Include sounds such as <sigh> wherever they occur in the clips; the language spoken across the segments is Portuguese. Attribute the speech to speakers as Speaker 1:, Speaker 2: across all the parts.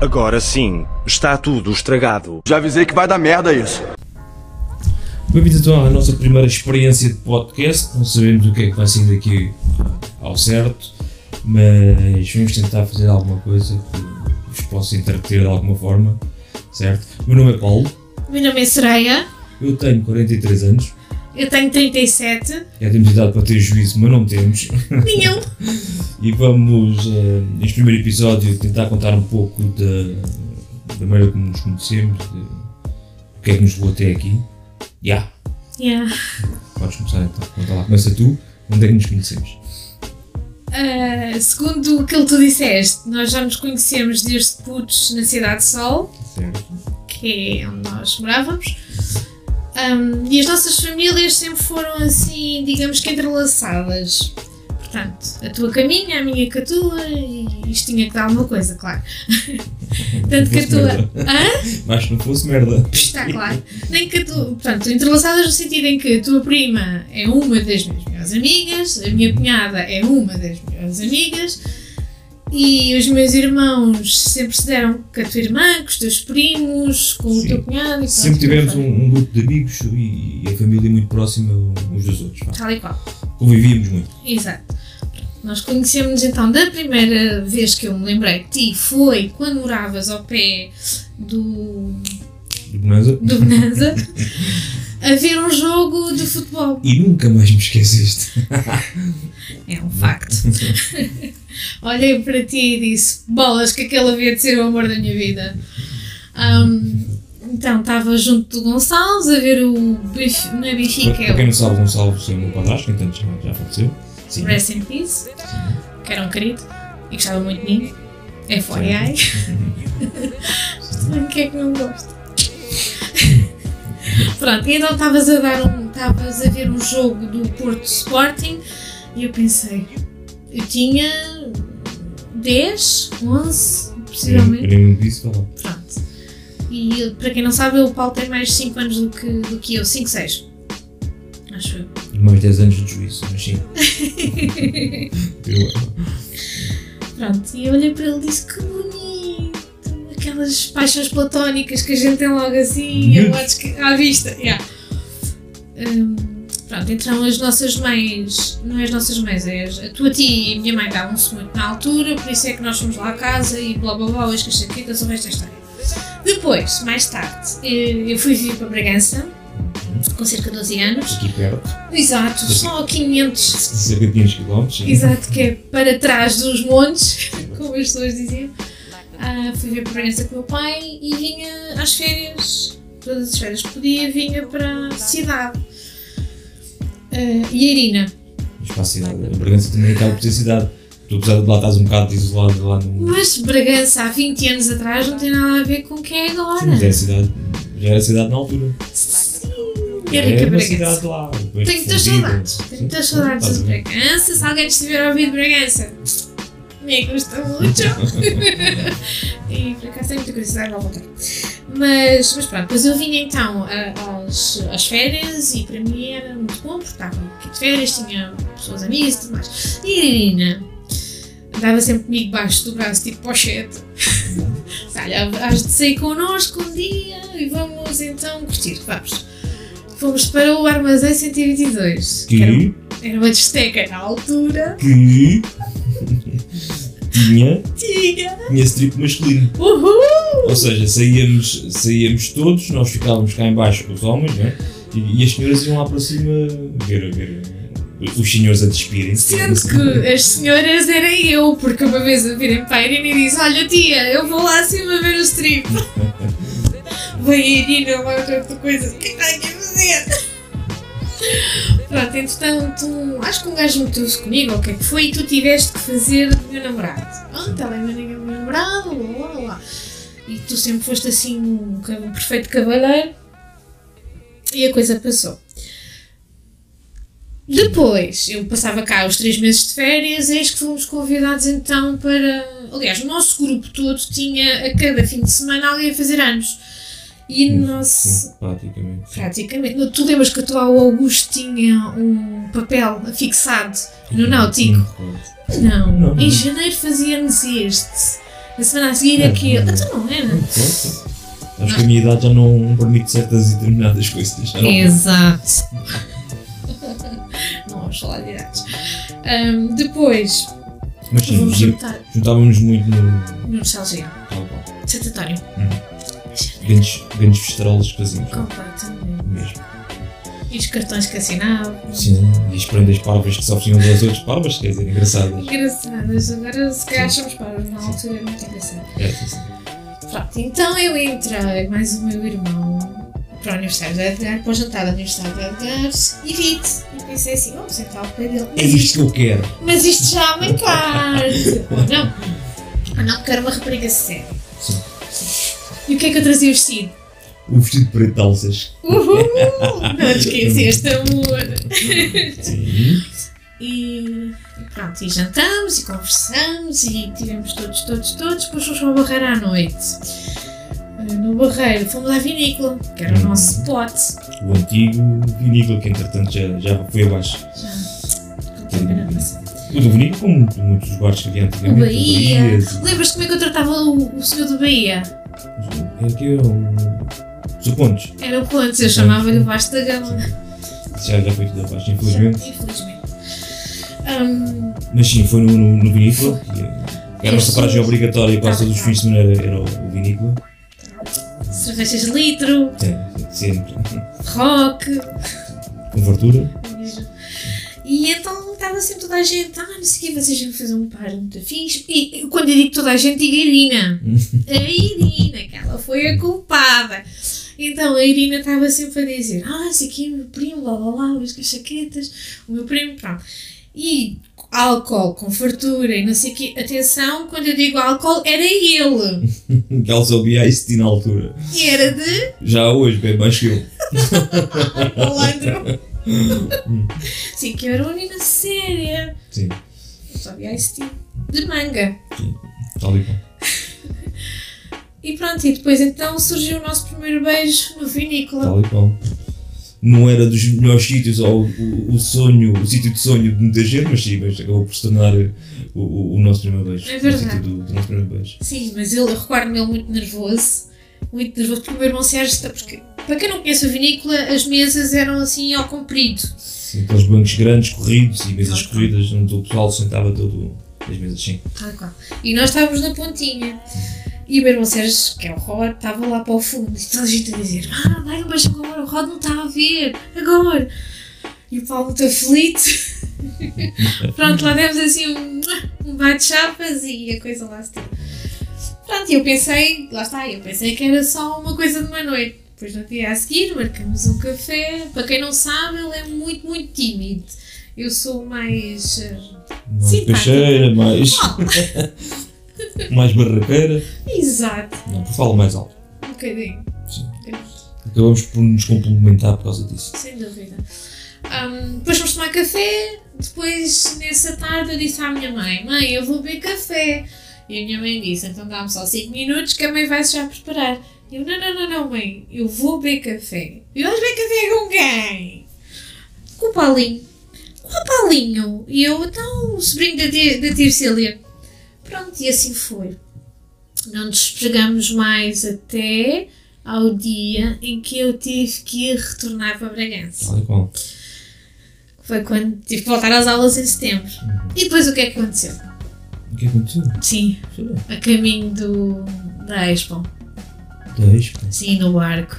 Speaker 1: Agora sim, está tudo estragado.
Speaker 2: Já avisei que vai dar merda isso.
Speaker 3: Bem-vindos então à nossa primeira experiência de podcast. Não sabemos o que é que vai sair daqui ao certo, mas vamos tentar fazer alguma coisa que vos possa entreter de alguma forma, certo? O meu nome é Paulo,
Speaker 4: Meu nome é Soraya,
Speaker 3: eu tenho 43 anos,
Speaker 4: eu tenho 37.
Speaker 3: já temos idade para ter juízo, mas não temos.
Speaker 4: Nenhum.
Speaker 3: E vamos, eh, neste primeiro episódio, tentar contar um pouco da, da maneira como nos conhecemos, de, o que é que nos levou até aqui. Já,
Speaker 4: Yeah.
Speaker 3: podes começar então, conta lá. Começa tu, onde é que nos conhecemos?
Speaker 4: Ah, segundo aquilo que tu disseste, nós já nos conhecemos desde putos na Cidade de Sol,
Speaker 3: Certo.
Speaker 4: que é onde nós morávamos. Ahm, e as nossas famílias sempre foram assim, digamos que entrelaçadas. Portanto, a tua caminha, a minha com a tua, e isto tinha que dar alguma coisa, claro. <laughs> Tanto que a tua. Hã?
Speaker 3: Mas não fosse merda.
Speaker 4: Está claro. Nem que tu, portanto, entrelaçadas no sentido em que a tua prima é uma das minhas melhores amigas, a minha cunhada é uma das melhores amigas e os meus irmãos sempre se deram com a tua irmã, com os teus primos, com
Speaker 3: Sim.
Speaker 4: o teu cunhado e pronto,
Speaker 3: Sempre tivemos
Speaker 4: pronto.
Speaker 3: um, um grupo de amigos e, e a família muito próxima uns dos outros. vá.
Speaker 4: Tal e qual.
Speaker 3: Convivíamos muito.
Speaker 4: Exato. Nós conhecemos então da primeira vez que eu me lembrei de ti foi quando moravas ao pé do,
Speaker 3: do Bonanza.
Speaker 4: do
Speaker 3: <laughs>
Speaker 4: Bonanza a ver um jogo de futebol.
Speaker 3: E nunca mais me esqueceste.
Speaker 4: É um facto. <laughs> Olhei para ti e disse: bolas, que aquele havia de ser o amor da minha vida. Ahm, então, estava junto do Gonçalves a ver o. Bif- Não é
Speaker 3: Para
Speaker 4: Bifica,
Speaker 3: para
Speaker 4: é
Speaker 3: quem não sabe, um Gonçalo foi o meu padrasto, então já, já faleceu. Sim.
Speaker 4: o Rest in Peace, que era um querido e gostava muito de mim. FYI. <laughs> O que é que não gosto? <laughs> Pronto, e então estavas a dar um. Estavas a ver um jogo do Porto Sporting e eu pensei, eu tinha 10, 11,
Speaker 3: Eu
Speaker 4: possivelmente.
Speaker 3: nem me disse falar.
Speaker 4: Pronto. E eu- para quem não sabe, o Paulo tem mais 5 anos do que, do que eu, 5, 6. Acho eu.
Speaker 3: E mais 10 anos de juízo, mas
Speaker 4: <laughs>
Speaker 3: sim. Eu- eh,
Speaker 4: Pronto, e eu olhei para ele e disse que bonito, aquelas paixões platónicas que a gente tem logo assim,
Speaker 3: Miúdos.
Speaker 4: abates que- à vista. yeah. Hum, pronto, então as nossas mães, não é as nossas mães, é as- a tua tia e a minha mãe davam-se muito na altura, por isso é que nós fomos lá a casa e blá blá blá, hoje que esta quinta, só esta história. Depois, mais tarde, eh, eu fui vir para Bragança, com cerca de 12 anos,
Speaker 3: aqui perto,
Speaker 4: exato, só a 500
Speaker 3: cerca de 500 km. sim.
Speaker 4: Exato, que é para trás dos montes, <laughs> como as pessoas diziam. Ah, fui ver para Bragança com o meu pai e vinha às férias, todas as férias que podia, vinha para a cidade. Ah, e a Irina.
Speaker 3: Mas para a cidade. A Bragança também é acaba por ter cidade. Tu, apesar de lá estás um bocado isolado lá no.
Speaker 4: Mas Bragança há 20 anos atrás não tem nada a ver com o que é
Speaker 3: Sim, mas é a
Speaker 4: agora.
Speaker 3: cidade. Já era cidade na altura.
Speaker 4: Sim, é rica
Speaker 3: uma
Speaker 4: Bragança.
Speaker 3: cidade lá.
Speaker 4: Tenho muitas saudades. Tenho muitas saudades de
Speaker 3: Bragança.
Speaker 4: Bragança. Se alguém estiver a ouvir de Bragança, me gusta muito. e É, por acaso tenho muita curiosidade para voltar. Mas, mas pronto, depois eu vim então a- aos- às férias e para mim era muito bom porque estava aqui de férias, tinha pessoas amigas e tudo mais. E a Irina andava sempre comigo debaixo do braço, tipo pochete. <laughs> Olha, has de sair connosco um dia e vamos então curtir. Vamos. Fomos para o Armazém 122. que
Speaker 3: <laughs>
Speaker 4: Era,
Speaker 3: Que,
Speaker 4: era uma discoteca na altura.
Speaker 3: que tinha,
Speaker 4: Tinha!
Speaker 3: tinha strip masculino.
Speaker 4: Uhul!
Speaker 3: Ou seja, saíamos, saíamos todos, nós ficávamos cá em baixo com os homens, né? e, e as senhoras iam lá para cima ver, ver os senhores a despirem-se.
Speaker 4: Sendo que as senhoras era eu, porque uma vez a virem para a Irina e disse: Olha, tia, eu vou lá acima ver o strip. Vem a Irina, vai ver outra coisa, o que é que está aqui a fazer? Pronto, entretanto, acho que um gajo meteu-se comigo, ou o que é que foi, e tu tiveste que fazer do meu namorado. Ah, está bem, meu amigo é meu namorado, blá blá blá. E tu sempre foste assim um, ca- um perfeito cavalheiro. E a coisa passou. Depois, eu passava cá os três meses de férias, eis que fomos convidados então para. Aliás, o nosso grupo todo tinha a cada fim de semana alguém a fazer anos. E
Speaker 3: Sim,
Speaker 4: nós.
Speaker 3: Sim, praticamente. sim.
Speaker 4: Praticamente. No- Tu lembras que a tua Augusto tinha um papel fixado no Náutico?
Speaker 3: Hum, pronto.
Speaker 4: Não.
Speaker 3: Não.
Speaker 4: Em janeiro fazíamos este. Na semana a seguir é que. Então não era.
Speaker 3: Pronto. Acho que a minha idade já não permite certas e determinadas coisas. Já não-
Speaker 4: Exato. não vamos falar de idades. Ahm, depois,
Speaker 3: Mas sim,
Speaker 4: vamos
Speaker 3: junta-
Speaker 4: juntar
Speaker 3: juntávamos muito no.
Speaker 4: no nostalgia. Santo António.
Speaker 3: Grandes, grandes festarolas que fazíamos.
Speaker 4: Completamente.
Speaker 3: Mesmo.
Speaker 4: E os cartões que assinava.
Speaker 3: Sim, e as prendas parvas que se ofereciam umas às outras parvas, quer dizer, engraçadas.
Speaker 4: Engraçadas. Agora se calhar somos paros. Na altura é muito engraçado.
Speaker 3: É, sim, sim.
Speaker 4: Pronto, então eu entrei mais o meu irmão para o aniversário do Edgar, para o jantar do aniversário do Edgar e vi-te. E pensei assim, vamos sentar ao pé dele.
Speaker 3: É
Speaker 4: Mas
Speaker 3: isto que eu quero.
Speaker 4: Mas isto já é uma carta! Ou não? Ou não, quero uma rapariga séria.
Speaker 3: Sim.
Speaker 4: E o que é que eu trazia vestido?
Speaker 3: O vestido preto de alças.
Speaker 4: Uhul! Não te esqueceste, amor!
Speaker 3: Sim.
Speaker 4: E pronto, e jantamos e conversamos e tivemos todos, todos, todos. Depois fomos para o barreiro à noite. Eh, No barreiro fomos à vinícola, que era o nosso spot.
Speaker 3: O antigo vinícola, que entretanto já, já foi abaixo.
Speaker 4: Já. completamente.
Speaker 3: O do vinícola, como de muitos bares que havia
Speaker 4: O
Speaker 3: antigamente. o
Speaker 4: Bahia.
Speaker 3: Bahia,
Speaker 4: Lembras-te como é que eu tratava o, o senhor do Bahia?
Speaker 3: o- É que é o. Os apontos.
Speaker 4: Era o Pontes, eu chamava-lhe o Vasco da Gama.
Speaker 3: Já, já foi tudo abaixo, infelizmente.
Speaker 4: Infelizmente. Hum,
Speaker 3: Mas sim, foi no, no, no vinícola. que Era uma separagem obrigatória quase todos os fins de semana era, era o o vinícola.
Speaker 4: cervejas de litro,
Speaker 3: É, Sempre.
Speaker 4: rock.
Speaker 3: Com fartura. <laughs>
Speaker 4: E então estava sempre toda a gente, ah, não sei o quê, vocês vão fazer um par muito fixe. E quando eu digo toda a gente, digo a Irina. A Irina, que ela foi a culpada. Então a Irina estava sempre a dizer, ah, não sei o quê, o meu primo, lá lá lá, os cachaquetas, o meu primo, pronto. E álcool com fartura e não sei o quê, atenção, quando eu digo álcool, era ele.
Speaker 3: Que ela sabia a isso na altura.
Speaker 4: E era de
Speaker 3: Já hoje, bem mais que eu.
Speaker 4: <laughs> Malandro. Sim, que eu era uma menina séria.
Speaker 3: Sim,
Speaker 4: Eu só via esse tipo de manga.
Speaker 3: tal e qual.
Speaker 4: E pronto, e depois então surgiu o nosso primeiro beijo no vinícola.
Speaker 3: Tal e qual. Não era dos melhores sítios ou o, o sonho, o sítio de sonho de muita gente, mas sim, mas acabou por se tornar eh, o, o, o nosso primeiro beijo.
Speaker 4: É verdade.
Speaker 3: O sítio do, do nosso primeiro beijo.
Speaker 4: Sim, mas eu, eu recordo-me ele muito nervoso. Muito nervoso, porque o meu irmão Sérgio está. Porque, para quem não conhece o vinícola, as mesas eram assim ao comprido.
Speaker 3: Sim, aqueles bancos grandes, corridos e mesas
Speaker 4: Tal e qual.
Speaker 3: corridas, onde o pessoal sentava todo as mesas sim.
Speaker 4: Tal e qual. E nós estávamos na pontinha. E o meu irmão Sérgio, que é o Rod, estava lá para o fundo. E toda a gente a dizer: Ah, dai um beijo agora, o Rod não está a ver, agora. E o Paulo muito aflito. <laughs> Pronto, lá demos assim um, um bate-chapas e a coisa lá se deu. Pronto, e eu pensei, lá está, eu pensei que era só uma coisa de uma noite. Depois no dia a seguir marcamos um café. Para quem não sabe, ele é muito, muito tímido. Eu sou mais. eh,
Speaker 3: Mais
Speaker 4: Sim, pá.
Speaker 3: peixeira, mais. <laughs> mais barraqueira.
Speaker 4: Exato,
Speaker 3: Não, por fala mais alto.
Speaker 4: um bocadinho.
Speaker 3: Sim. Acabamos por nos complementar por causa disso.
Speaker 4: Sem dúvida. Ahm, depois fomos tomar café. Depois, nessa tarde, eu disse à minha mãe: Mãe, eu vou beber café. E a minha mãe disse: Então dá-me só 5 minutos que a mãe vai-se já preparar. E eu: Não, não, não, não, mãe, eu vou beber café. E vais beber café com quem? Com o Paulinho. Com o Paulinho. E eu: Então, o sobrinho da tia, da tia Cília. Pronto, e assim foi. Não nos pegamos mais até ao dia em que eu tive que ir retornar para Bragança.
Speaker 3: Tal e qual.
Speaker 4: Foi quando tive que voltar às aulas em setembro.
Speaker 3: Uhum.
Speaker 4: E depois o que é que aconteceu?
Speaker 3: O que aconteceu?
Speaker 4: Sim,
Speaker 3: Sei lá.
Speaker 4: a caminho do, da Expo.
Speaker 3: Dois, pá,
Speaker 4: Sim, no barco.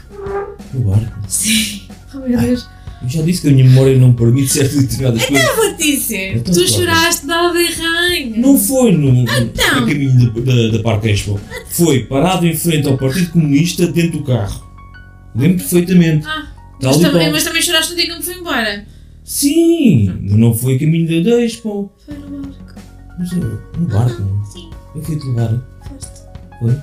Speaker 3: no barco.
Speaker 4: Sim. <laughs> Oh
Speaker 3: Ah.
Speaker 4: meu Deus.
Speaker 3: Eu já disse que a minha memória não permite certas determinadas coisas.
Speaker 4: Vou te dizer,
Speaker 3: Então,
Speaker 4: tu
Speaker 3: claro.
Speaker 4: choraste de alberranho.
Speaker 3: Não foi no,
Speaker 4: Então.
Speaker 3: a caminho da, da, da Parque Expo. Foi parado em frente ao Partido Comunista dentro do carro. Lembro perfeitamente.
Speaker 4: Ah,
Speaker 3: Tal
Speaker 4: mas
Speaker 3: e
Speaker 4: também,
Speaker 3: qual.
Speaker 4: mas também choraste no dia que eu me fui embora.
Speaker 3: Sim, não foi a caminho da, da Expo.
Speaker 4: Foi no barco. Ah,
Speaker 3: Mas eu, no barco. é?
Speaker 4: Sim,
Speaker 3: Eu fui de levar.
Speaker 4: foste.
Speaker 3: Foi?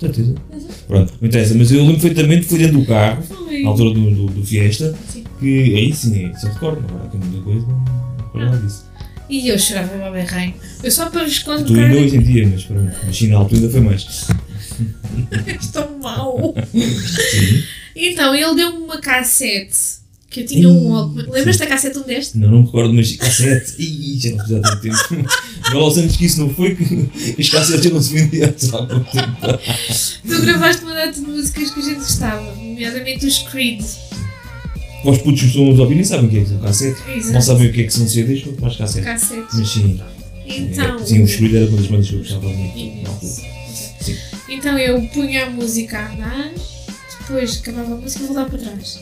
Speaker 3: Certeza.
Speaker 4: é-
Speaker 3: Pronto, não interessa. Mas eu lembro perfeitamente que foi dentro do carro.
Speaker 4: Foi.
Speaker 3: na altura do, do, do Fiesta,
Speaker 4: é? Sim.
Speaker 3: que aí sim, só recordo, agora que muita coisa, não recordo nada disso.
Speaker 4: E eu chorava de alberranho. Eu só para vos contar.
Speaker 3: Tu ainda hoje em dia, mas pronto, mas sim, na altura ainda foi mais. <laughs> Uhum.
Speaker 4: Estou mal. então, ele deu-me uma cassete, que que eu tinha um
Speaker 3: Ih,
Speaker 4: Walkman. Lembras da cassete um deste?
Speaker 3: Não, não me recordo, mas cassete. Ih, já não fiz há tanto tempo. Mas aos anos que isso não foi, que as cassetes já não se vendiam há algum tempo.
Speaker 4: Tu gravaste uma data de músicas que a gente gostava, nomeadamente os Creed.
Speaker 3: Os putos que estão a ouvir nem sabem o que é que são cassetes. Não
Speaker 4: Exato.
Speaker 3: sabem o que é que são CDs, quanto mais cassetes.
Speaker 4: Cassete.
Speaker 3: Mas sim,
Speaker 4: Então.
Speaker 3: sim, É, o Screed era uma das bandas que eu gostava muito. na altura.
Speaker 4: Isso. Então eu punha a música a andar, depois acabava a música e voltava para trás.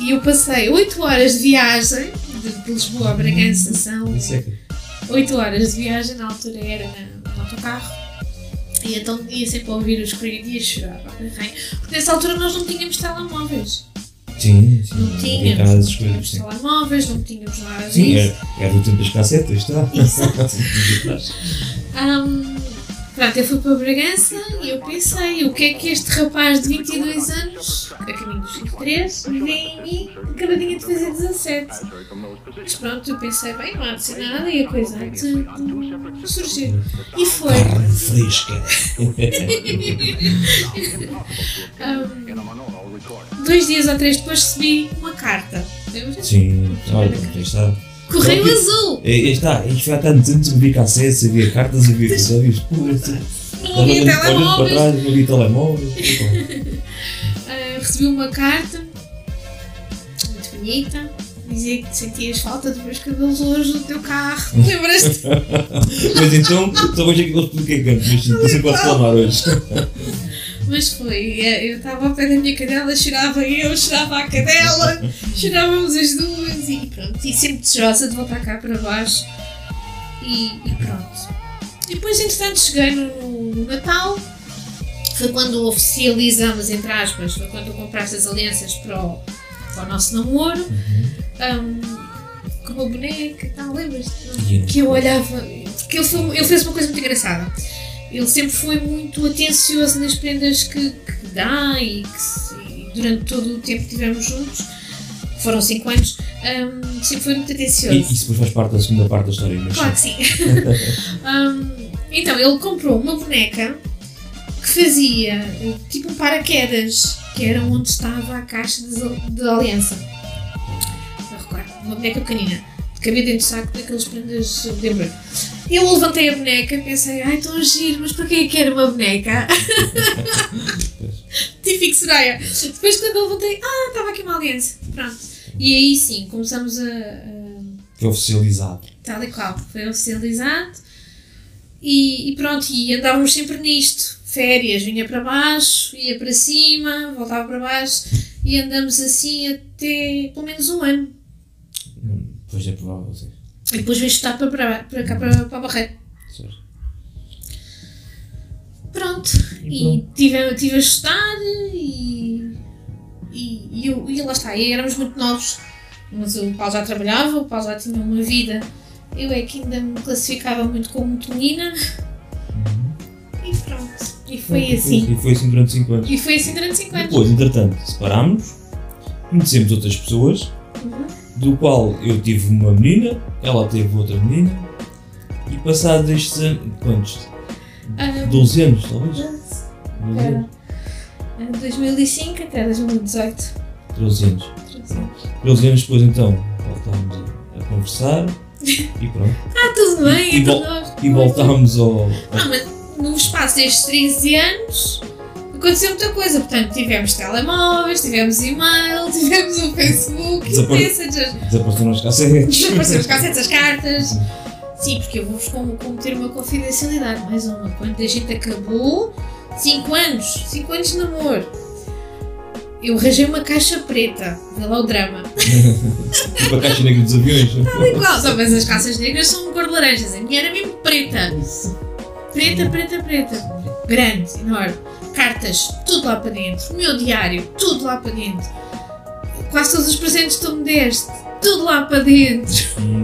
Speaker 4: E eu passei 8 horas de viagem, de, de Lisboa a Bragança são
Speaker 3: Isso é que-
Speaker 4: 8 horas de viagem, na altura era na- no autocarro. E então ia sempre a ouvir os Creed e a chorar. ok? Porque nessa altura nós não tínhamos telemóveis.
Speaker 3: Sim, sim.
Speaker 4: Não
Speaker 3: Em
Speaker 4: tínhamos,
Speaker 3: casa,
Speaker 4: não
Speaker 3: as coisas,
Speaker 4: tínhamos
Speaker 3: sim.
Speaker 4: telemóveis, não tínhamos nada disso.
Speaker 3: Sim, era, era o tempo das tá? cassetas, está. <laughs>
Speaker 4: <laughs>
Speaker 3: Exato.
Speaker 4: Ahm, pronto, eu fui para Bragança e eu pensei, o que é que este rapaz de 22 anos, a caminho dos 23, vê em mim, acabadinha de fazer 17. Mas pronto, eu pensei, bem, não há de ser nada e a coisa há de, de surgir. E foi.
Speaker 3: Carne fresca. <laughs>
Speaker 4: Ahm, dois dias ou três depois recebi uma carta. Lembras?
Speaker 3: Sim, olha, pronto, aí está.
Speaker 4: Correio
Speaker 3: Não,
Speaker 4: Azul!
Speaker 3: Aí está, a gente foi há tantos anos, havia cassetes, havia cartas, havia coisas, porra.
Speaker 4: Não havia
Speaker 3: Olhando- olhando para
Speaker 4: telemóveis.
Speaker 3: trás, não havia telemóveis. Então,
Speaker 4: Ah, recebi uma carta muito bonita, dizia que sentias falta dos meus cabelos hoje no teu carro. <laughs> Lembras-te?
Speaker 3: Mas então, só hoje é que eu expliquei canto, mas sim, estou sempre a reclamar hoje.
Speaker 4: Mas foi, eh, eu estava ao pé da minha cadela, chorava eu, chorava a cadela, chorávamos as duas e pronto. E sempre desejosa de voltar cá para baixo. E, e pronto. E depois, entretanto, cheguei no, no Natal. Foi quando oficializamos, entre aspas, foi quando eu compraste as alianças para o, para o nosso namoro. Um, com uma boneca e tal, lembras-te? não?
Speaker 3: Sim.
Speaker 4: Que eu olhava. Porque ele, foi- ele fez uma coisa muito engraçada. Ele sempre foi muito atencioso nas prendas que, que dá e que se- e durante todo o tempo que tivemos juntos, foram 5 anos, um, sempre foi muito atencioso.
Speaker 3: E isso depois faz parte da segunda parte da história, mas
Speaker 4: Claro
Speaker 3: sim.
Speaker 4: que sim. Hum, então, ele comprou uma boneca que fazia eh, tipo um paraquedas, que era onde estava a caixa de, al- de aliança. Não recordo, uma boneca pequenina, que cabia dentro do saco daqueles prendas de embrulho. Eu levantei a boneca e pensei, ai, tão giro, mas para quem é que era uma boneca? <laughs> Típico Soraya. Depois quando eu levantei, ah, estava aqui uma aliança. Pronto. E aí sim, começamos a- a
Speaker 3: Foi é oficializado.
Speaker 4: tal e qual, foi oficializado e, e pronto, e andávamos sempre nisto, férias, vinha para baixo, ia para cima, voltava para baixo e andamos assim até pelo menos um ano.
Speaker 3: Hum, Pois é provável, sim.
Speaker 4: E depois veio estudar para, para, para cá, para, para a Barreira.
Speaker 3: Certo.
Speaker 4: Pronto,
Speaker 3: E
Speaker 4: e estive tive a estudar e, e, e, eu- e lá está, e éramos muito novos, mas o Paulo já trabalhava, o Paulo já tinha uma vida, eu é que ainda me classificava muito como muito menina e pronto, e foi assim.
Speaker 3: E Uhum. foi assim durante 5 anos.
Speaker 4: E foi assim durante 5 anos.
Speaker 3: Depois, entretanto, separámos-nos, conhecemos outras pessoas,
Speaker 4: Uhum.
Speaker 3: do qual eu tive uma menina, ela teve outra menina, e passados estes anos. quantos?
Speaker 4: Ah,
Speaker 3: 12 anos, talvez? 12
Speaker 4: espera.
Speaker 3: anos?
Speaker 4: Ah, 2005 até 2018.
Speaker 3: 13 anos. 13 anos depois, então, voltámos a, a
Speaker 4: <laughs>
Speaker 3: conversar e pronto.
Speaker 4: Ah, tudo bem,
Speaker 3: E
Speaker 4: é tudo
Speaker 3: vol-
Speaker 4: novo.
Speaker 3: E voltámos ao.
Speaker 4: Ah, mas no espaço destes 13 anos aconteceu muita coisa. Portanto, tivemos telemóveis, tivemos e-mail, <laughs> tivemos o Facebook, e o
Speaker 3: Desapare-
Speaker 4: Messenger.
Speaker 3: Desapareceram as cassetes.
Speaker 4: Desapareceram os cassetes, as cartas. Sim, porque eu vou-vos com- cometer uma confidencialidade, mais uma. Quando a gente acabou, 5 anos, 5 anos de namoro, eu arranjei uma caixa preta, vê lá o drama.
Speaker 3: <laughs> Tipo a caixa negra dos aviões.
Speaker 4: Igual, só mas as calças negras são de cor de laranjas, a minha era mesmo preta. Preta, preta, preta. Grande, enorme. Cartas, tudo lá para dentro. O meu diário, tudo lá para dentro. Quase todos os presentes que tu me deste, tudo lá para dentro.
Speaker 3: Hum,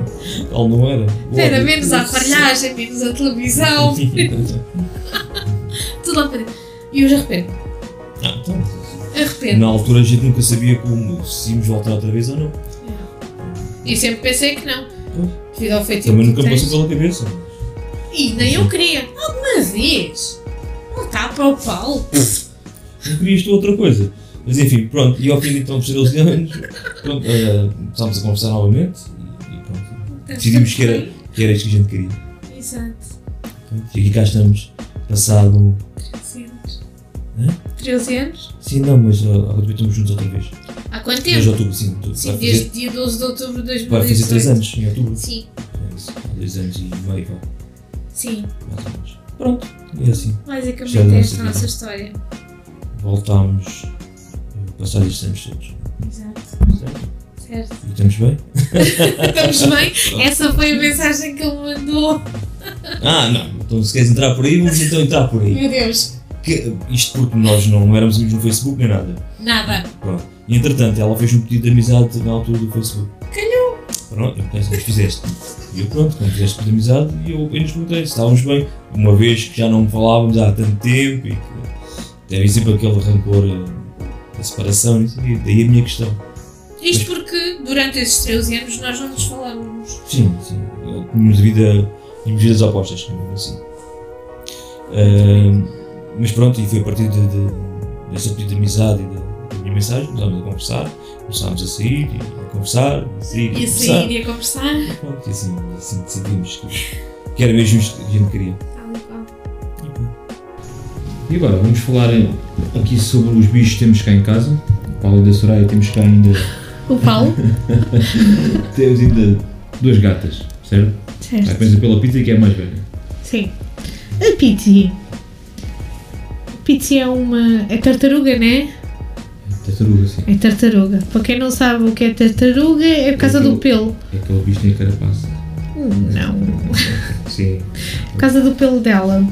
Speaker 3: Tal não era.
Speaker 4: Era menos
Speaker 3: <laughs>
Speaker 4: a aparelhagem, menos a televisão, tudo lá para dentro. E eu já arrependo,
Speaker 3: Ah, então,
Speaker 4: arrependo.
Speaker 3: Na altura a gente nunca sabia como se íamos voltar outra vez ou não.
Speaker 4: E sempre pensei que não.
Speaker 3: Pois.
Speaker 4: Devido ao feitiço.
Speaker 3: Também
Speaker 4: que
Speaker 3: nunca me
Speaker 4: tens.
Speaker 3: passou pela cabeça.
Speaker 4: E nem eu queria. Alguma vez. Não está para o pau.
Speaker 3: Não querias tu outra coisa. Mas enfim, pronto, e ao fim de então dos 13 anos, pronto, eh, começámos a conversar novamente e, e pronto, decidimos que era, que era isto que a gente queria.
Speaker 5: Exato.
Speaker 3: Pronto, E aqui cá estamos, passado.
Speaker 5: 13 anos.
Speaker 3: Hã?
Speaker 5: 13 anos?
Speaker 3: Sim, não, mas ó, agora estamos juntos outra vez.
Speaker 5: Há quanto
Speaker 3: 2 de
Speaker 5: tempo?
Speaker 3: outubro, sim. tu-
Speaker 5: Sim,
Speaker 3: vai
Speaker 5: desde
Speaker 3: fazer,
Speaker 5: dia 12 de outubro de 2018.
Speaker 3: vai fazer 3 anos, em outubro.
Speaker 5: Sim,
Speaker 3: É isso, 2 anos e meio, vá,
Speaker 5: sim.
Speaker 3: mais ou menos. Pronto, é assim. Já
Speaker 5: Basicamente
Speaker 3: não
Speaker 5: é
Speaker 3: sei
Speaker 5: esta a
Speaker 3: bem.
Speaker 5: nossa história.
Speaker 3: Voltámos eh, passados estes anos todos.
Speaker 5: Exato.
Speaker 3: Certo? <laughs>
Speaker 5: Certo.
Speaker 3: E estamos bem?
Speaker 5: Estamos bem? Essa foi a mensagem que ele mandou.
Speaker 3: Ah, não, então se queres entrar por aí, vamos então entrar por
Speaker 4: <laughs>
Speaker 3: aí.
Speaker 5: Meu Deus.
Speaker 3: Que- isto porque nós não éramos amigos no Facebook nem nada.
Speaker 5: Nada.
Speaker 3: Pronto. E entretanto, ela fez um pedido de amizade na altura do Facebook. Calhou! Pronto, então mas fizeste. E eu pronto, quando fizeste pedido de amizade, e eu apenas perguntei se estávamos bem. Uma vez que já não falávamos há tanto tempo e que teve sempre aquele rancor eh, da separação, e isso, e daí a minha questão.
Speaker 5: Isto porque durante esses 13 anos nós não nos falávamos.
Speaker 3: Sim, sim. Eu- Tínhamos vida, tínhamos vidas opostas, digamos assim. Ah, mas pronto, e foi a partir de, de, dessa pedido de amizade e da, da minha mensagem, começámos a conversar, começámos a sair, e a conversar, e a sair,
Speaker 5: E
Speaker 3: a
Speaker 5: a sair
Speaker 3: conversar.
Speaker 5: e a conversar.
Speaker 3: Pronto, e assim, e assim decidimos que, que era mesmo isto que a gente queria.
Speaker 5: Tal e qual.
Speaker 6: E agora vamos falar aqui sobre os bichos que temos cá em casa. O Paulo e da Soraya temos cá ainda.
Speaker 5: O
Speaker 3: <laughs>
Speaker 5: Paulo?
Speaker 6: Temos ainda duas gatas, certo? A
Speaker 4: Certo.
Speaker 6: começa pela Pizza que é a mais velha.
Speaker 4: Sim. A Pizzi. A Pizzi é uma. É tartaruga, né?
Speaker 6: Tartaruga, sim.
Speaker 4: É tartaruga. Para quem não sabe o que é tartaruga, é por causa do pelo.
Speaker 6: É aquele bicho que tem a carapaça.
Speaker 4: Hum, Não.
Speaker 6: Sim.
Speaker 4: Por causa do pelo dela.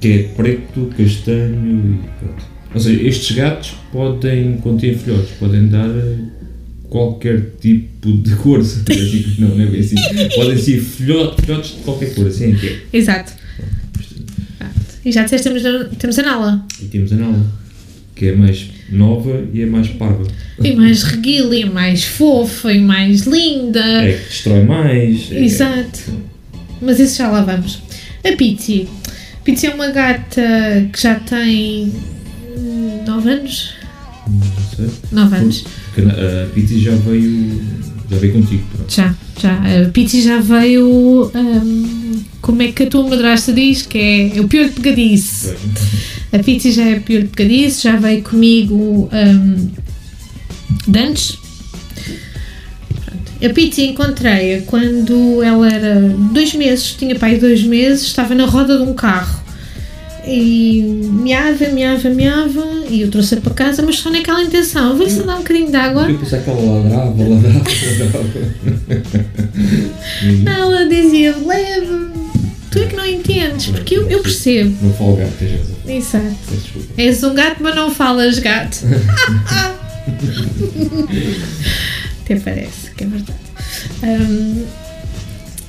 Speaker 6: Que é preto, castanho e pronto. Ou seja, estes gatos podem conter filhotes, podem dar eh, qualquer tipo de cor. <laughs> Assim, não, não é bem assim. Podem ser filho- filhotes de qualquer cor, assim é que é.
Speaker 4: Exato. E já disseste, temos, a- temos a Nala.
Speaker 6: E temos a Nala, que é mais nova e é mais parva.
Speaker 4: E mais reguila, e mais fofa, e mais linda.
Speaker 6: É que destrói mais. é-
Speaker 4: Ah. Exato. Mas isso já lá vamos. A Pizzi. Pizzi é uma gata que já tem 9 anos.
Speaker 6: Hum, não sei.
Speaker 4: 9 anos.
Speaker 6: Porque na- a Piti já veio. já veio contigo. Pronto.
Speaker 4: Já, já. A Pizzi já veio. hum, como é que a tua madrasta diz? Que é, é o pior de pegadice. A Pizzi já é o pior de pegadice, já veio comigo hum, de antes. Pronto. A Pizzi encontrei-a quando ela era dois meses, tinha pai dois meses, estava na roda de um carro. E meava, meava, meava, e eu trouxe-a para casa, mas só naquela intenção. Vou-lhe só dar um bocadinho de água.
Speaker 6: Eu pensava que ela ladrava, ladrava, ladrava.
Speaker 4: Ela dizia, leve tu é que não entendes, porque eu, eu percebo. é.
Speaker 6: Não falo gato, tens razão.
Speaker 4: Exato.
Speaker 6: Peço desculpa.
Speaker 4: És um gato, mas não falas gato. Até parece, que é verdade. Hum,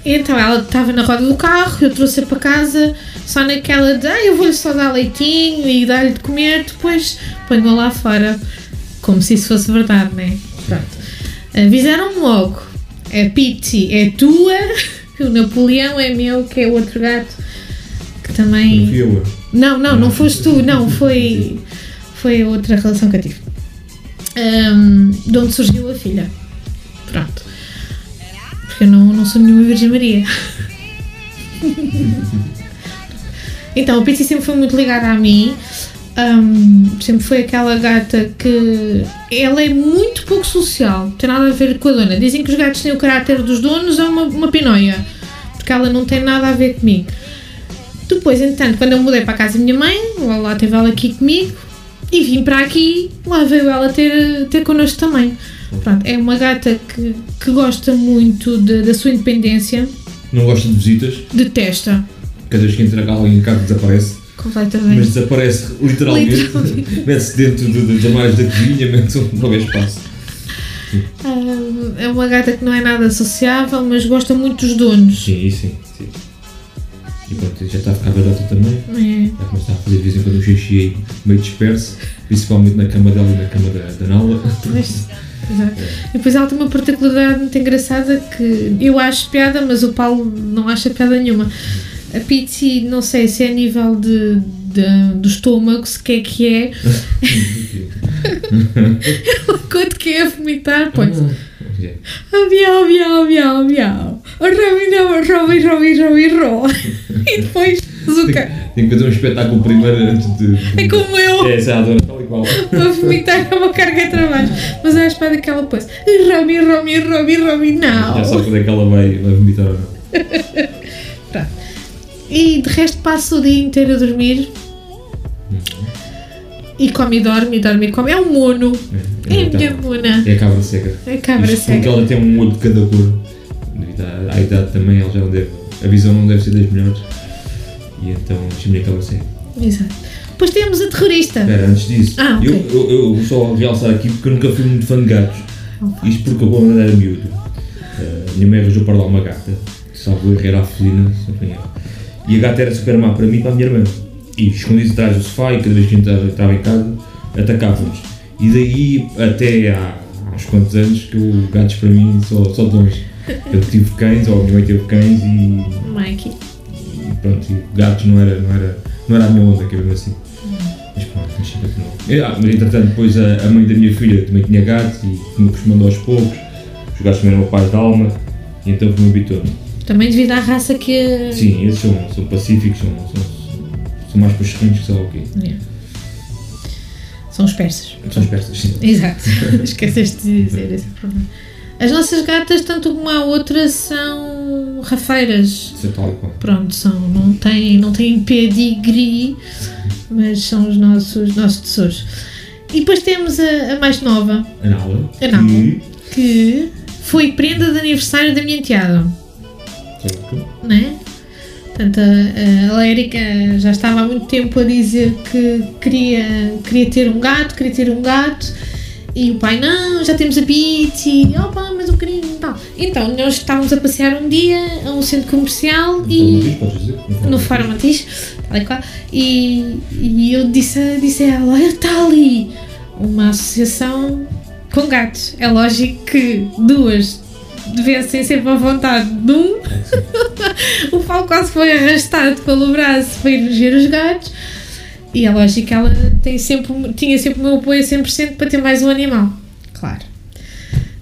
Speaker 4: então ela estava na roda do carro, eu trouxe-a para casa, só naquela de ah, eu vou-lhe só dar leitinho e dar-lhe de comer, depois ponho-a lá fora. Como se isso fosse verdade, não é? Pronto. Avisaram-me logo: a Piti é tua, <laughs> o Napoleão é meu, que é outro gato que também.
Speaker 6: Não fui eu. é.
Speaker 4: Não, não, não foste tu, não, foi, foi outra relação que eu tive. Ahm, de onde surgiu a filha. Pronto. Porque eu não, não sou nenhuma Virgem Maria. <laughs> então, a Pixie sempre foi muito ligada a mim. Ahm, sempre foi aquela gata que ela é muito pouco social, não tem nada a ver com a dona. Dizem que os gatos têm o caráter dos donos, é uma, uma pinóia, porque ela não tem nada a ver comigo. Depois, entretanto, quando eu mudei para a casa da minha mãe, lá, lá teve ela aqui comigo e vim para aqui, lá veio ela ter, ter connosco também. Pronto, é uma gata que, que gosta muito de- da sua independência,
Speaker 6: Não gosto de visitas.
Speaker 4: detesta
Speaker 6: Cada vez que entra cá alguém em casa desaparece. Mas
Speaker 4: completamente.
Speaker 6: desaparece literalmente.
Speaker 4: Literalmente.
Speaker 6: Mete-se dentro do- dos armários da cozinha, mete-se um, onde não vê espaço.
Speaker 4: Ah, é uma gata que não é nada sociável, mas gosta muito dos donos.
Speaker 6: Sim, sim, sim. E pronto, já está a ficar velhota também.
Speaker 4: É,
Speaker 6: Já começa a fazer de vez em quando um xixi aí meio disperso, principalmente na cama dela e na cama da, da Nala. <laughs>
Speaker 4: mas- exato. E depois ela tem uma particularidade muito engraçada que eu acho piada, mas o Paulo não acha piada nenhuma. A Pizzi, não <laughs> sei se é a nível de, de- do estômago, se que é que é, Quanto que é vomitar, pois.
Speaker 3: Uhum.
Speaker 6: é.
Speaker 3: Ok.
Speaker 4: Ah, miau, miau, miau, miau. Robi, não, Robi, Robi, Robi, Ro. E depois, Zuka.
Speaker 3: Tenho que fazer um espetáculo primeiro antes de.
Speaker 4: É como eu.
Speaker 3: É, já adoro, tal e qual.
Speaker 4: Para vomitar é uma carga de trabalho. Mas à espada que ela pôs. Robi, Robi, Robi, Robi,
Speaker 3: Já
Speaker 4: não.
Speaker 3: sabe quando é que ela vai, vai vomitar ou não.
Speaker 4: E de resto passa o dia inteiro a dormir. E come e dorme, e dorme e come. É um mono. É a
Speaker 3: então,
Speaker 4: minha mona.
Speaker 3: É a cabra seca.
Speaker 4: É cabra
Speaker 3: Isto Porque
Speaker 4: cega.
Speaker 3: ela tem um olho de cada cor. Devido à, à idade também, ela já não deve. A visão não deve ser das melhores. E então, chamei a cabra seca.
Speaker 4: Exato. Depois temos a terrorista.
Speaker 3: Espera, antes disso,
Speaker 4: Ah, ok.
Speaker 3: eu, eu, eu só realçar aqui porque eu nunca fui muito fã de gatos. Isto porque eu, quando era miúdo, a minha mãe arranjou para lá uma gata, salvo erro, era a felina, se não me engano. E a gata era super má para mim e para a minha irmã. E escondia-se atrás do sofá e cada vez que entrava- estava em casa, atacavam-nos. E daí até há, há uns quantos anos que o gatos para mim só, só de longe. Eu tive cães, ou a minha mãe teve cães e
Speaker 4: Mikey.
Speaker 3: e pronto, e gatos não era, não era, não era a minha onda, que era mesmo assim. Mas pronto, mas sempre que não. E, ah, mas entretanto, depois a, a mãe da minha filha também tinha gatos e me os mandou aos poucos. Os gatos também eram pais da alma, e então fui-me habituando.
Speaker 4: Também devido à raça que.
Speaker 3: Sim, esses são, são pacíficos, são, são, são mais pachinhos que sei lá o quê.
Speaker 4: é. São os persas.
Speaker 3: São espertas, sim.
Speaker 4: Exato. Esqueceste de dizer esse problema. As nossas gatas, tanto como a outra, são rafeiras.
Speaker 3: Isso é tal e qual.
Speaker 4: Pronto, são, não têm, não têm pedigree, mas são os nossos, nossos tesouros. E depois temos a, a mais nova,
Speaker 3: A Nala.
Speaker 4: A Nala.
Speaker 3: E-
Speaker 4: que foi prenda de aniversário da minha enteada.
Speaker 3: Certo.
Speaker 4: né? Portanto, a, a Lérica já estava há muito tempo a dizer que queria, queria ter um gato, queria ter um gato, e o pai, não, já temos a Bitty, opa, mas um bocadinho e tal. Então, nós estávamos a passear um dia a um centro comercial
Speaker 3: Então,
Speaker 4: e
Speaker 3: diz, podes dizer?
Speaker 4: no Faro Matiz, tal e qual, e, e eu disse, a- disse a ela, olha, está ali uma associação com gatos. É lógico que duas vencem sempre à vontade de um. <laughs> o Paulo quase foi arrastado pelo braço para ir ver os gatos. E é lógico que ela tem sempre, tinha sempre o meu apoio a 100% para ter mais um animal. Claro.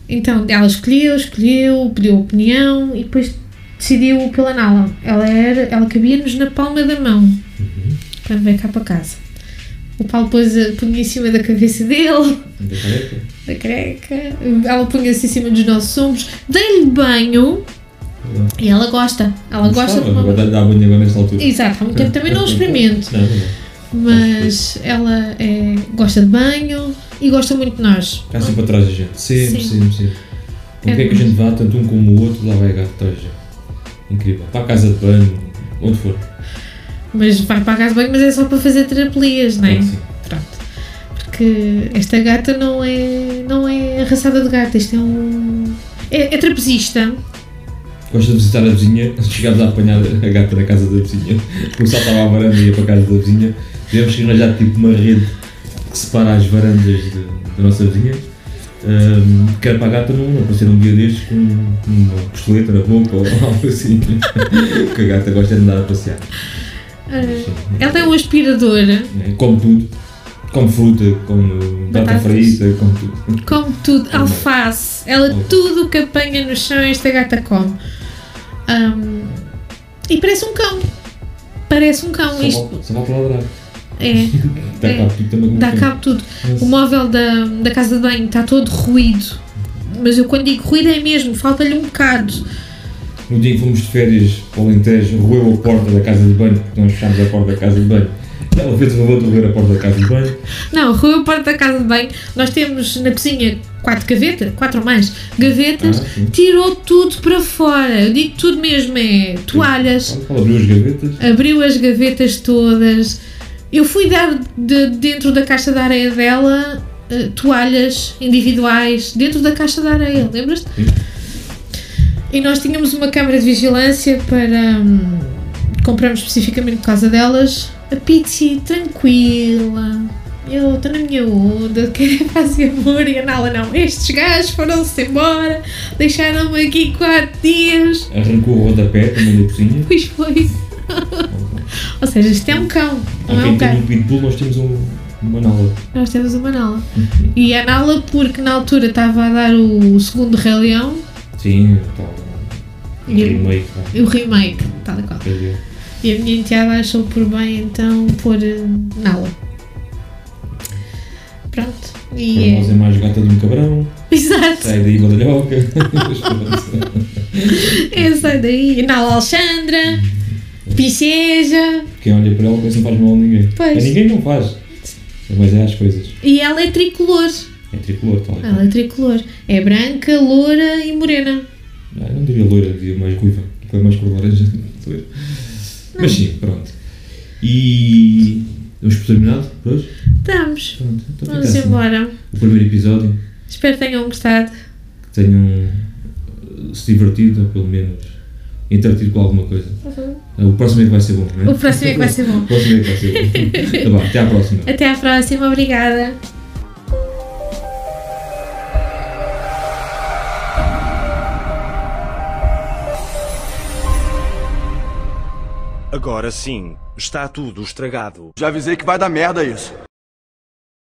Speaker 4: Então, ela escolheu, escolheu, pediu opinião e depois decidiu pela Nala. Ela, era, ela cabia-nos na palma da mão
Speaker 3: Uhum.
Speaker 4: quando veio cá para casa. O Paulo pôs a punha em cima da cabeça dele,
Speaker 3: Da careca.
Speaker 4: da creca. Ela punha-se em cima dos nossos ombros. Dei-lhe banho e ela gosta. Ela gosta de
Speaker 3: Gostava,
Speaker 4: uma...
Speaker 3: Agora dá banho agora nesta altura.
Speaker 4: Exato, há muito tempo também não é um experimento
Speaker 3: <laughs> Não, não, não.
Speaker 4: mas ela é- gosta de banho e gosta muito de nós.
Speaker 3: Cá é sempre atrás da gente. Sempre,
Speaker 4: Sim.
Speaker 3: sempre, sempre. Onde quer que a gente vá, tanto um como o outro, lá vai a gata atrás da gente. Incrível. Para a casa de banho, onde for.
Speaker 4: Mas vai para a casa de banho, mas é só para fazer terapias, não é?
Speaker 3: Sim.
Speaker 4: Pronto. Porque esta gata não é, não é arraçada de gata, isto é um. É, é trapezista.
Speaker 3: Gosta de visitar a vizinha, <laughs> chegámos a apanhar a gata na casa da vizinha. <laughs> Como saltava à varanda e ia para a casa da vizinha. Tivemos que arranjar tipo uma rede que separa as varandas de- da nossa vizinha. Ahm, que era para a gata não aparecer um dia destes com, com uma costeleta na boca ou <laughs> algo assim. Porque a gata gosta de andar a passear.
Speaker 4: Ah, ela é um aspirador,
Speaker 3: né? Come tudo. Come fruta, come batata
Speaker 4: Batatas.
Speaker 3: frita, come tudo.
Speaker 4: come tudo, alface, ela tudo o que apanha no chão, esta gata come. Ahm, e parece um cão. Parece um cão.
Speaker 3: Só
Speaker 4: Isto
Speaker 3: volta- Só volta a ladrar.
Speaker 4: é.
Speaker 3: Dá
Speaker 4: É.
Speaker 3: cabo tudo também. como
Speaker 4: Dá
Speaker 3: tem.
Speaker 4: cabo de tudo. O móvel da, da casa de banho está todo ruído. Mas eu quando digo ruído é mesmo, falta-lhe um bocado.
Speaker 3: No dia em que fomos de férias para o Alentejo, roeu a porta da casa de banho, porque nós fechámos a porta da casa de banho. Ela fez o favor de roer a porta da casa de banho.
Speaker 4: Não, ruiu a parte da casa de banho. Nós temos na cozinha quatro gavetas, quatro ou mais gavetas.
Speaker 3: Ah, sim.
Speaker 4: Tirou tudo para fora. Eu digo tudo mesmo, é toalhas.
Speaker 3: Ela abriu as gavetas.
Speaker 4: Abriu as gavetas todas. Eu fui dar de, dentro da caixa da areia dela eh, toalhas individuais dentro da caixa da areia, lembras-te?
Speaker 3: Sim.
Speaker 4: E nós tínhamos uma câmara de vigilância para. hum, compramos especificamente por causa delas. A Pizzi tranquila. Eu estou na minha onda, <laughs> quero fazer amor e a Nala não. Estes gajos foram-se embora, deixaram-me aqui quatro dias.
Speaker 3: Arrancou o rodapé também da cozinha.
Speaker 4: Pois
Speaker 3: Uhum.
Speaker 4: foi. Ou seja, isto é um cão,
Speaker 3: Há
Speaker 4: não é um
Speaker 3: quem
Speaker 4: gato.
Speaker 3: tem um pitbull, nós temos um Uma nala.
Speaker 4: Nós temos uma Nala. E a Nala, porque na altura estava a dar o segundo Rei Leão
Speaker 3: Sim, tal. Um
Speaker 4: E-
Speaker 3: remake, pá.
Speaker 4: e o remake, tal e qual.
Speaker 3: quer dizer,
Speaker 4: E a minha enteada achou por bem então pôr eh, Nala. Pronto. E
Speaker 3: Para nós é
Speaker 4: é.
Speaker 3: mais gata de um cabrão,
Speaker 4: Exato,
Speaker 3: sai daí badalhoca. <laughs> Mas pronto.
Speaker 4: <laughs> é sai daí. Nala Alexandra,
Speaker 3: Uhum.
Speaker 4: Picheja.
Speaker 3: Quem olha é um para ela pensa que não faz mal a ninguém.
Speaker 4: Pois.
Speaker 3: A ninguém não faz. Mas é às coisas.
Speaker 4: E ela é tricolor.
Speaker 3: É tricolor, tal. e qual.
Speaker 4: Ela é tricolor. É branca, loura e morena.
Speaker 3: Ah, eu não diria loira, diria mais ruiva. Foi mais cor laranja. <laughs> loira. Mas sim, pronto. E. Vamos por terminado por hoje?
Speaker 4: Estamos.
Speaker 3: Pronto, então fica
Speaker 4: Vamos
Speaker 3: assim.
Speaker 4: embora.
Speaker 3: O primeiro episódio.
Speaker 4: Espero que tenham gostado.
Speaker 3: Que tenham eh, se divertido, ou pelo menos entretido com alguma coisa. O próximo é que vai ser bom, não é?
Speaker 4: Uhum. O próximo é que vai ser bom.
Speaker 3: O próximo é que vai
Speaker 4: <laughs>
Speaker 3: ser bom. tá bom, até à próxima.
Speaker 4: Até à próxima. Obrigada.
Speaker 7: Agora sim, está tudo estragado.
Speaker 1: Já avisei que vai dar merda isso.